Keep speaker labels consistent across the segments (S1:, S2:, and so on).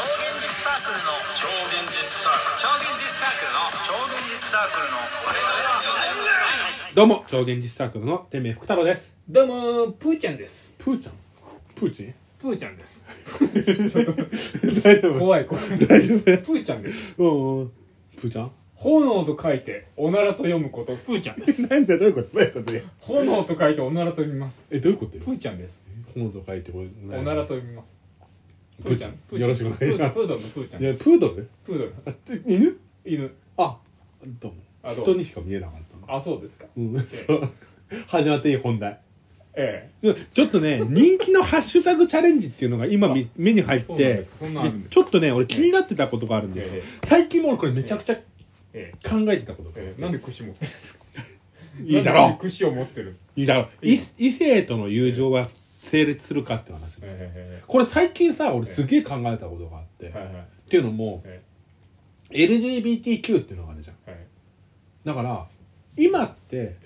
S1: ークルの超現実サークル超現実サークルの超現実サークルの
S2: どうも超現実サークルの天命福太郎です
S3: どうもプーちゃんです
S2: プーちゃん プーチン
S3: プーちゃんです
S2: 大丈夫
S3: 怖い怖いプ
S2: 大丈夫
S3: ーちゃんです
S2: うんうんプーちゃん
S3: 炎と書いておならと読むことプーちゃんです
S2: なんだどういうことどういうこと
S3: 炎と書いておならと読みます
S2: えどういうことよ
S3: プーちゃんです
S2: 本と書いてこれ
S3: おならと読みます
S2: プーちゃん
S3: プー
S2: よろしくお願いします
S3: プードルのプーちゃん
S2: いや
S3: です
S2: プードル
S3: プードル
S2: あ犬
S3: 犬
S2: あどうも
S3: あどう
S2: 人にしか見えなかったの
S3: あそうですか
S2: うんそう始まっていい本題
S3: え
S2: でちょっと ね人気のハッシュタグチャレンジっていうのが今み目に入っ
S3: そうなん
S2: て
S3: ですかそんなのあるんですか
S2: ちょっとね俺気になってたことがあるんですよ
S3: え
S2: 最近も俺これめちゃくちゃ考
S3: えええ
S2: えてたことがある
S3: ええなんで串持ってるんですか
S2: いいだ
S3: なん
S2: ろ
S3: で串を持ってる
S2: ういいだろう
S3: いい
S2: 異
S3: の
S2: 異性との友情は成立するかって話なんですよ
S3: え
S2: これ最近さ俺すげえ考えたことがあって、
S3: えはいはい
S2: っていうのも
S3: え
S2: LGBTQ っていうのがあるじゃん
S3: えはい
S2: だから今って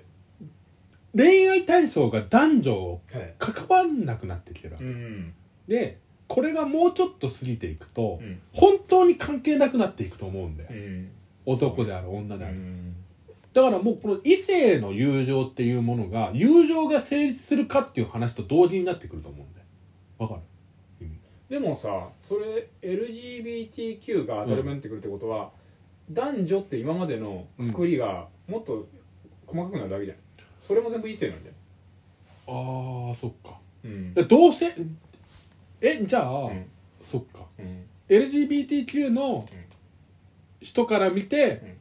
S2: 恋愛対象が男女を
S3: はい
S2: 関わんなくなってきてるわ
S3: う
S2: け、
S3: ん
S2: でこれがもうちょっと過ぎていくと、
S3: うん
S2: 本当に関係なくなっていくと思うんだよ、
S3: うん
S2: 男である女で
S3: う
S2: ある、
S3: ん
S2: だからもうこの異性の友情っていうものが友情が成立するかっていう話と同時になってくると思うんだよわかる意味
S3: でもさそれ LGBTQ が当たり前になってくるってことは、男女って今までのくくりがもっと細かくなるだけじゃんそれも全部異性なんだよ、
S2: あーそっか
S3: うん
S2: でどうせえじゃあ、
S3: うん
S2: そっか
S3: うん
S2: LGBTQ の
S3: うん
S2: 人から見て、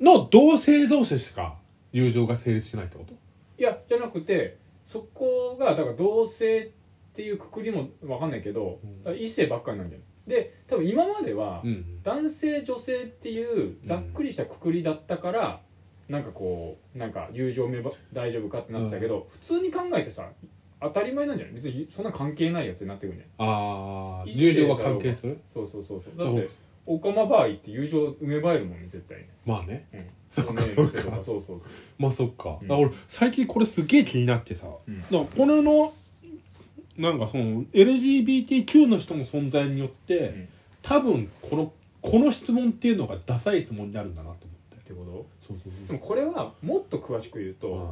S2: の同性同士しか友情が成立しないってこと
S3: いやじゃなくてそこがだから同性っていうくくりも分かんないけど、
S2: うん
S3: だから異性ばっかりなんだよで多分今までは、
S2: うん
S3: 男性女性っていうざっくりしたくくりだったから、なんかこうなんか友情めば大丈夫かってなってたけど、普通に考えてさ当たり前なんじゃない別にそんな関係ないやつになってくるんじゃない
S2: ああ
S3: 異
S2: 友
S3: 性だろう
S2: 情が関係する
S3: そうそうそうそうだってオカマバーイって友情埋めばえるもんね絶対ね
S2: まあね
S3: うん
S2: そっかそっか
S3: そうそうそう
S2: まあそっか,、
S3: うん
S2: 俺最近これすげえ気になってさ、
S3: うん
S2: だからこれのなんかその LGBTQ の人の存在によって、
S3: ん
S2: 多分このこの質問っていうのがダサい質問になるんだなと思って
S3: ってこ
S2: そ
S3: と
S2: うそう
S3: でもこれはもっと詳しく言うと、
S2: そう、うん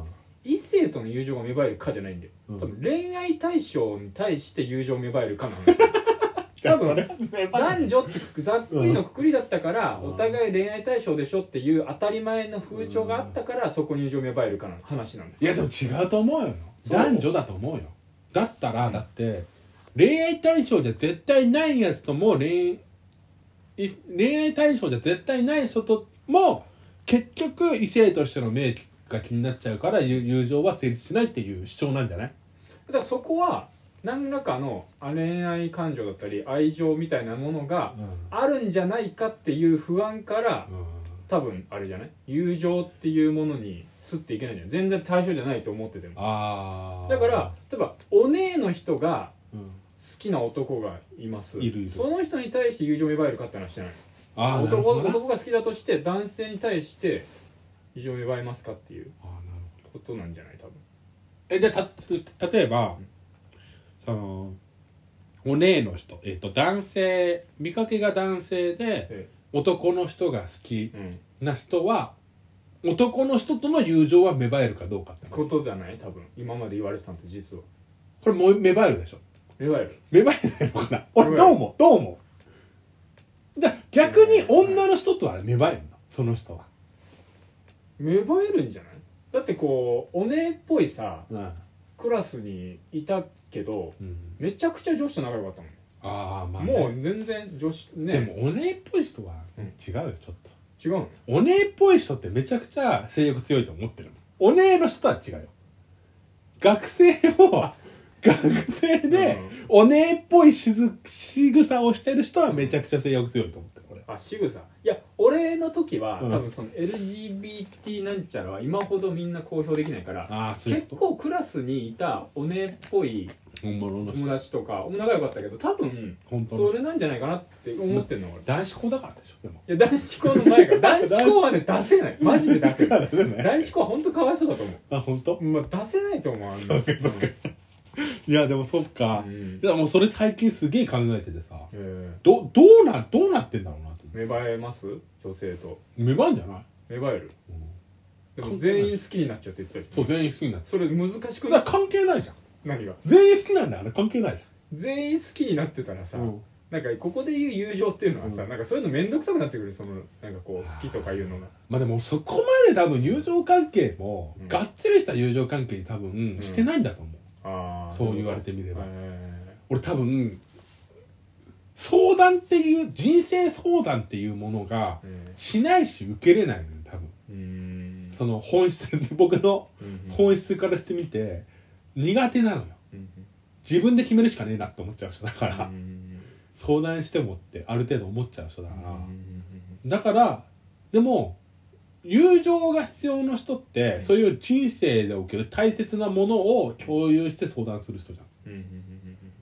S3: 異性との友情が芽生えるかじゃないんだよ、
S2: うん
S3: 多分恋愛対象に対して友情芽生えるか の話多分男女ってざっくりのくくりだったから、
S2: うん
S3: お互い恋愛対象でしょっていう当たり前の風潮があったから、そこに友情芽生えるかの話なんだよ
S2: いやでも違うと思うよ
S3: そう
S2: 男女だと思うよだったら、だって恋愛対象じゃ絶対ないやつとも恋い恋愛対象じゃ絶対ない人とも結局異性としての明記が気になっちゃうから友友情は成立しないっていう主張なんじゃない
S3: だからそこは何らかの恋愛感情だったり愛情みたいなものが
S2: うん、
S3: あるんじゃないかっていう不安から多分あれじゃない友情っていうものにすっていけないじゃん全然対象じゃないと思ってても
S2: ああ
S3: だから、例えばお姉の人が
S2: うん、
S3: 好きな男がいます
S2: いるいる
S3: その人に対して友情芽生えるかって話じゃない
S2: ああなる
S3: 男
S2: ほどな
S3: 男が好きだとして男性に対して異常芽生えますかっていう
S2: あーなるほど
S3: ことなんじゃない多分
S2: えじゃあた例えば、そのお姉の人、えっと男性見かけが男性で
S3: え
S2: 男の人が好き
S3: えうん
S2: な人は男の人との友情は芽生えるかどうかってこ
S3: ことじゃない多分今まで言われてたのと実は
S2: れもう芽生えるでしょ
S3: 芽生える
S2: 芽生えないのかな俺
S3: 芽生える
S2: どう思うどう思うじゃあ逆に女の人とは芽生えるのその人は、
S3: 芽生えるんじゃないだってこうお姉っぽいさ
S2: うん
S3: クラスにいたけどめちゃくちゃ女子と仲良かったもん、
S2: ああまあ、
S3: もう全然女子
S2: で
S3: ね
S2: もお姉っぽい人は
S3: うん
S2: 違うよちょっと
S3: 違うの
S2: お姉っぽい人ってめちゃくちゃ性欲強いと思ってるもんお姉の人とは違うよ学生を学生で
S3: うん
S2: お姉っぽいしず仕草をしてる人はめちゃくちゃ性欲強いと思ってる俺
S3: あ仕草いや俺の時は、
S2: うん
S3: 多分その LGBT なんちゃらは今ほどみんな公表できないから
S2: ああそういう
S3: 結
S2: こ
S3: 構クラスにいたお姉っぽい
S2: と本物の
S3: 友
S2: 人
S3: 達とか仲良かったけど多分
S2: 本当
S3: そ
S2: の
S3: れなんじゃないかなって思ってんの俺
S2: 男子校だからでしょでも
S3: いや男子校の 前から男子校はね出せないマジで出せない
S2: だからね
S3: 男子校は本当かわいそうだと思
S2: あ本当
S3: う、まあ、出せないと思うあんな、うん
S2: いやでもそっか、
S3: うん
S2: いやもうそれ最近すげえ考えててさ
S3: え
S2: どどうなどうなってんだろうなと思っ
S3: ー
S2: て
S3: 芽生えます女性と
S2: 芽生えんじゃない
S3: 芽生える、でも全員好きになっちゃうって言ってたじ
S2: そ
S3: ゃん
S2: う全員好きになって
S3: それ難しく
S2: だ
S3: な
S2: か
S3: い
S2: ら関係ないじゃん
S3: 何が
S2: 全員好きなんだよあれ関係ないじ
S3: 全員好きになってたら
S2: ゃ
S3: さ、
S2: ん、うん
S3: なんかここで言う友情っていうのはさ、
S2: うん
S3: なんかそういうの面倒くさくなってくるそのなんかこう好きとかいうのが
S2: まあでもそこまで多分友情関係も、
S3: うん
S2: がっつりした友情関係に多分、
S3: ん
S2: してないんだと思う
S3: あー
S2: そう言われてみれば
S3: え
S2: 俺多分相談っていう人生相談っていうものが
S3: ーえ
S2: しないし受けれないのよ多分
S3: ーうーん
S2: その本質僕の
S3: うん
S2: 本質からしてみて苦手なのよ
S3: うん
S2: 自分で決めるしかねえなって思っちゃう人だから、
S3: うん
S2: 相談してもってある程度思っちゃう人だから、
S3: うん
S2: だからでも友情が必要な人って、
S3: ん
S2: そういう人生でおける大切なものを共有して相談する人じゃん
S3: うんうん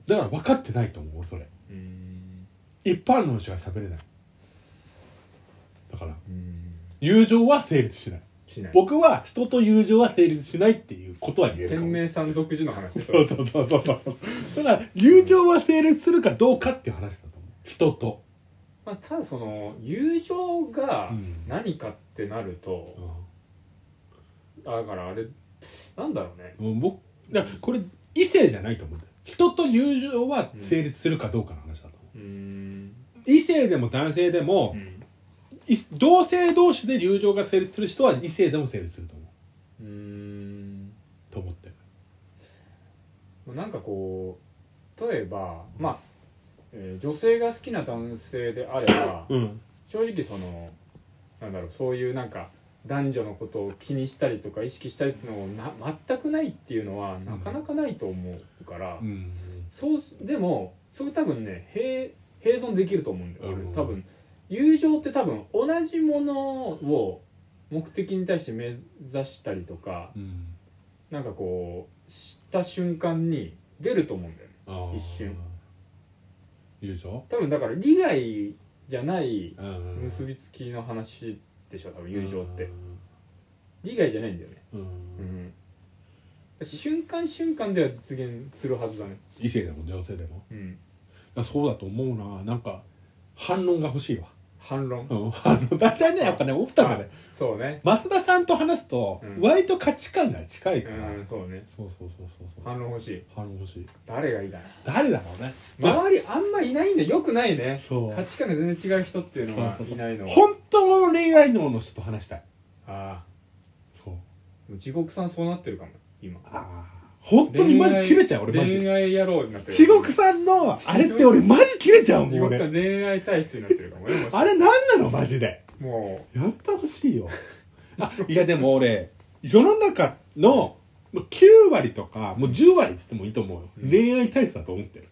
S2: だから分かってないと思う俺それ
S3: うんうん
S2: 一般論しか喋れないだから
S3: うん
S2: 友情は成立しない
S3: しない
S2: 僕は人と友情は成立しないっていうことは言えるか
S3: 天
S2: も
S3: 明さん独自の話です
S2: そうそうそうそうだから友情は成立するかどうかっていう話だと思う人と、
S3: まあ、ただその友情が
S2: うん
S3: 何かってなると、だからあれなんだろうね
S2: うん、僕だからこれ異性じゃないと思うんだよ人と友情は成立するかどうかの話だと思
S3: うーん
S2: う、異性でも男性でも
S3: う、ん
S2: い同性同士で友情が成立する人は異性でも成立すると思う
S3: うーん
S2: と思ってる
S3: なんかこう例えばまあ、えー女性が好きな男性であれば
S2: うん
S3: 正直そのなんだろうそういうなんか男女のことを気にしたりとか意識したりっていうのをな全くないっていうのはなかなかないと思うから、
S2: うん
S3: そうすでもそれ多分ね平並存できると思うんだよ
S2: うん
S3: 俺多分友情って多分同じものを目的に対して目指したりとか
S2: うん
S3: なんかこうした瞬間に出ると思うんだよね
S2: あー
S3: 一瞬
S2: 友情
S3: 多分だから利害じゃない
S2: うん
S3: 結びつきの話でしょ多分友情って
S2: うん
S3: 利害じゃないんだよね
S2: うん
S3: うん瞬間瞬間では実現するはずだね
S2: 異性でも女性でも
S3: うん
S2: いやそうだと思うななんか反論が欲しいわ
S3: 反論
S2: うんあの大体ねやっぱね思ったんだね
S3: そうね
S2: 増田さんと話すと
S3: うん
S2: 割と価値観が近いうから、
S3: んそうね
S2: そうそうそうそうそう
S3: 反論欲しい
S2: 反論欲しい
S3: 誰がいいかな
S2: 誰だろうね、まあ、
S3: 周りあんまいないんでよくないね
S2: そう
S3: 価値観が全然違う人っていうのは
S2: そうそうそう
S3: いないのは
S2: 本当の恋愛脳の人と話したい
S3: あ
S2: そう
S3: あ地獄さんそうなってるかも今
S2: ああ本当にマジ切れちゃう俺マジ
S3: 恋愛野郎になってる
S2: 地獄さんのあれって俺マジ切れちゃう
S3: 地
S2: もん
S3: 獄さ
S2: ね
S3: ん恋愛体質になってるかもねもしか
S2: あれ何なのマジで
S3: もう
S2: やってほしいよあいやでも俺世の中のもう9割とかもう10割っつってもいいと思うよ、
S3: うん
S2: 恋愛体質だと思ってる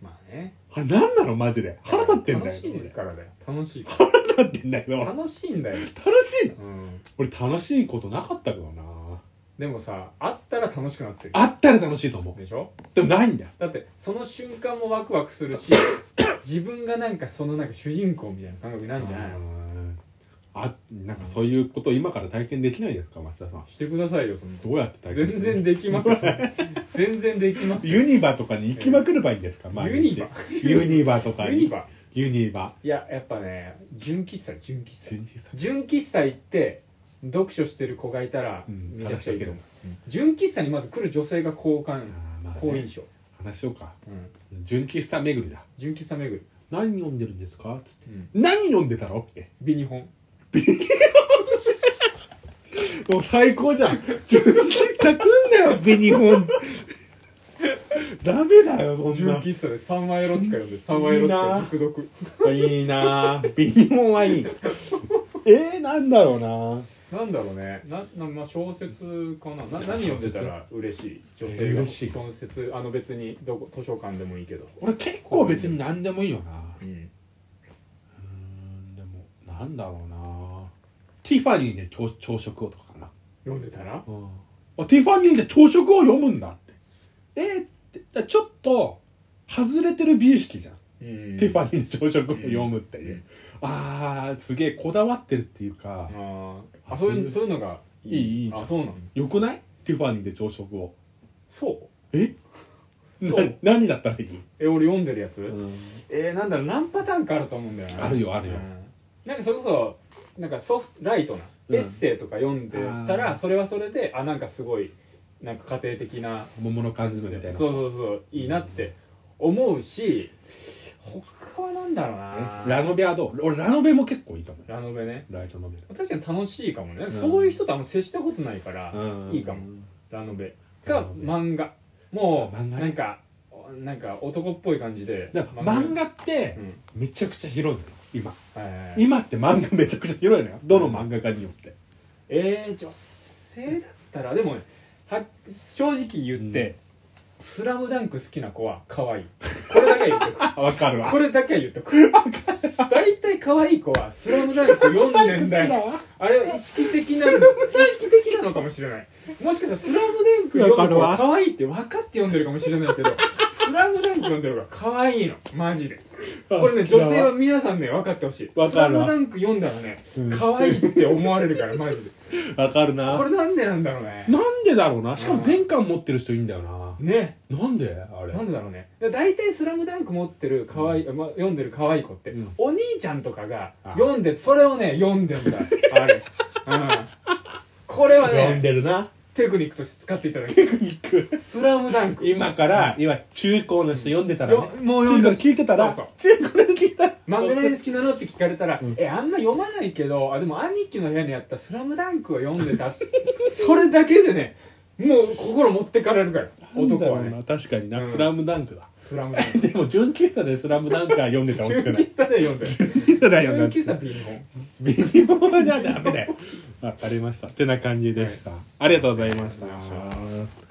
S3: まあね
S2: あ何なのマジで腹立ってんだよ
S3: 楽しい
S2: 俺
S3: からだよ楽しいか
S2: 腹立ってんだ
S3: ら
S2: よ
S3: 楽しいんだよ、
S2: 楽しいの
S3: うん、
S2: 俺楽しいことなかったけどな
S3: でもさ会ったら楽しくなってる
S2: あったら楽しいと思
S3: でしょ
S2: うでもないんだよ
S3: だってその瞬間もワクワクす るし自分がなんかそのなんか主人公みたいな感覚になるんじゃないの
S2: うんあなんかそういうことを今から体験できないですか松田さん
S3: してくださいよその
S2: どうやって体験
S3: 全然できます よ全然できますよ
S2: ユニバとかに行きまくればいいんですか、毎日
S3: ユ
S2: ユニ
S3: ニバ
S2: バとか
S3: ユ
S2: に
S3: ニバ
S2: ユニバ
S3: いややっぱね純喫茶純喫茶
S2: 全然さ
S3: 純喫茶行って読書してる子がいたら
S2: うん
S3: めちゃくちゃいいと思う、うん純喫茶にまず来る女性が好感
S2: あーまあね
S3: 好印象、
S2: 話しようか
S3: うん、
S2: 純喫茶巡りだ
S3: 純喫茶巡り、
S2: 何読んでるんですかつって
S3: うん、
S2: 何読んでたのって
S3: ビニホン
S2: もう最高じゃん純喫茶来んなよ紅本ダメだよそん
S3: 純
S2: な
S3: 喫茶で三枚エロティカ読んで三枚エロティカ熟読
S2: いいなぁ紅本はいいえー、なんだろうなぁ
S3: なんだろうねなな、まあ、小説かなな何読んでたら嬉しい女
S2: え
S3: 性
S2: ー
S3: が
S2: 嬉しい
S3: 小説あの別にどこ図書館でもいいけど、
S2: 俺結構別に何でもいいよな
S3: うん、
S2: うーんでもなんだろうなティファニーで朝朝食をとかかな、
S3: 読んでたら
S2: あティファニーで朝食を読むんだってえー、ってだからちょっと外れてる美意識じゃん、
S3: うん
S2: ティファニーで朝食を読むっていう、
S3: うん
S2: あーすげえこだわってるっていうか、
S3: あーあそういうそういうのがい
S2: いいいい
S3: あそうなの
S2: よくないティファニーで朝食を
S3: そう
S2: え
S3: そ
S2: な
S3: う
S2: 何だったらいい、
S3: え俺読んでるやつ、えー、なんだろう何パターンかあると思うんだよな
S2: あるよあるよ
S3: うんなんかそれこそなんかソフトライトな
S2: うん
S3: エッセイとか読んでた
S2: あ
S3: ら
S2: ー
S3: それはそれであなんかすごいなんか家庭的な
S2: 桃の感じのみたいな
S3: そうそうそういいなって思うし他はなんだろうな
S2: ラノベはどう俺ラノベも結構いいと思う
S3: ラノベね
S2: ライトノベル
S3: 確かに楽しいかもね、
S2: ん
S3: そういう人とあんま接したことないから、いいかもラノベ
S2: ラ
S3: か
S2: ノベ
S3: 漫画もう
S2: あ漫画ね
S3: なんかなんか男っぽい感じで
S2: だから漫画って
S3: うん
S2: めちゃくちゃ広いのよ今
S3: えー
S2: 今って漫画めちゃくちゃ広いのよどの漫画家によって
S3: えー、女性だったらでもねは正直言って、スラムダンク好きな子は可愛いこれだけは言っと
S2: あわかる
S3: く
S2: わ
S3: これだけは言っとく大体可愛い子はスラムダンク読んでんだよあれは意識的なの意識的なのかもしれないもしかしたら「スラムダンク読む子は可愛いって分かって読んでるかもしれないけど「スラムダンク読んでる方が可愛いのマジでこれね女性は皆さんね分かってほしい「
S2: わ
S3: ス
S2: か
S3: ラ
S2: る
S3: ム
S2: わ
S3: ダンク読んだらね
S2: うん
S3: 可愛いって思われるからマジで
S2: わかる
S3: こ
S2: な
S3: れなんでなんだろうね
S2: なんでだろうなしかも全巻持ってる人いいんだよな
S3: ね
S2: なんであれ
S3: なんでだろうねだ大体「スラムダンク持ってる可愛い、まあ、読んでる可愛い子って、
S2: うん
S3: お兄ちゃんとかが
S2: あ
S3: 読んでそれをね読んでん だあれ、うん、これは
S2: 読ん
S3: ね
S2: でるな
S3: テクニックとして使っていただきたい「スラムダンク
S2: 今から今中高の人読んでたらね
S3: よもう
S2: 中
S3: 読ん
S2: 高
S3: で
S2: で聞いてたら
S3: そう
S2: 中高で聞いたら
S3: 漫画何好きなのって聞かれたら「
S2: ん
S3: えあんま読まないけどあでも兄貴の部屋にあった『スラムダンクを読んでたそれだけでねもう心持ってかれるから
S2: なんだ
S3: 男
S2: ろ
S3: は
S2: う
S3: ね
S2: な確かに
S3: う
S2: なんスラムダンクだ
S3: 「スラムダン
S2: で
S3: ク
S2: も純喫茶でスラムダンクは読んでてほ
S3: 中
S2: しくない
S3: 喫茶で読んでる
S2: 純喫茶では
S3: 中
S2: 読んで
S3: 喫 茶
S2: た
S3: 貧乏
S2: 微妙じゃダメだよわかりましたてな感じでしたありがとうございました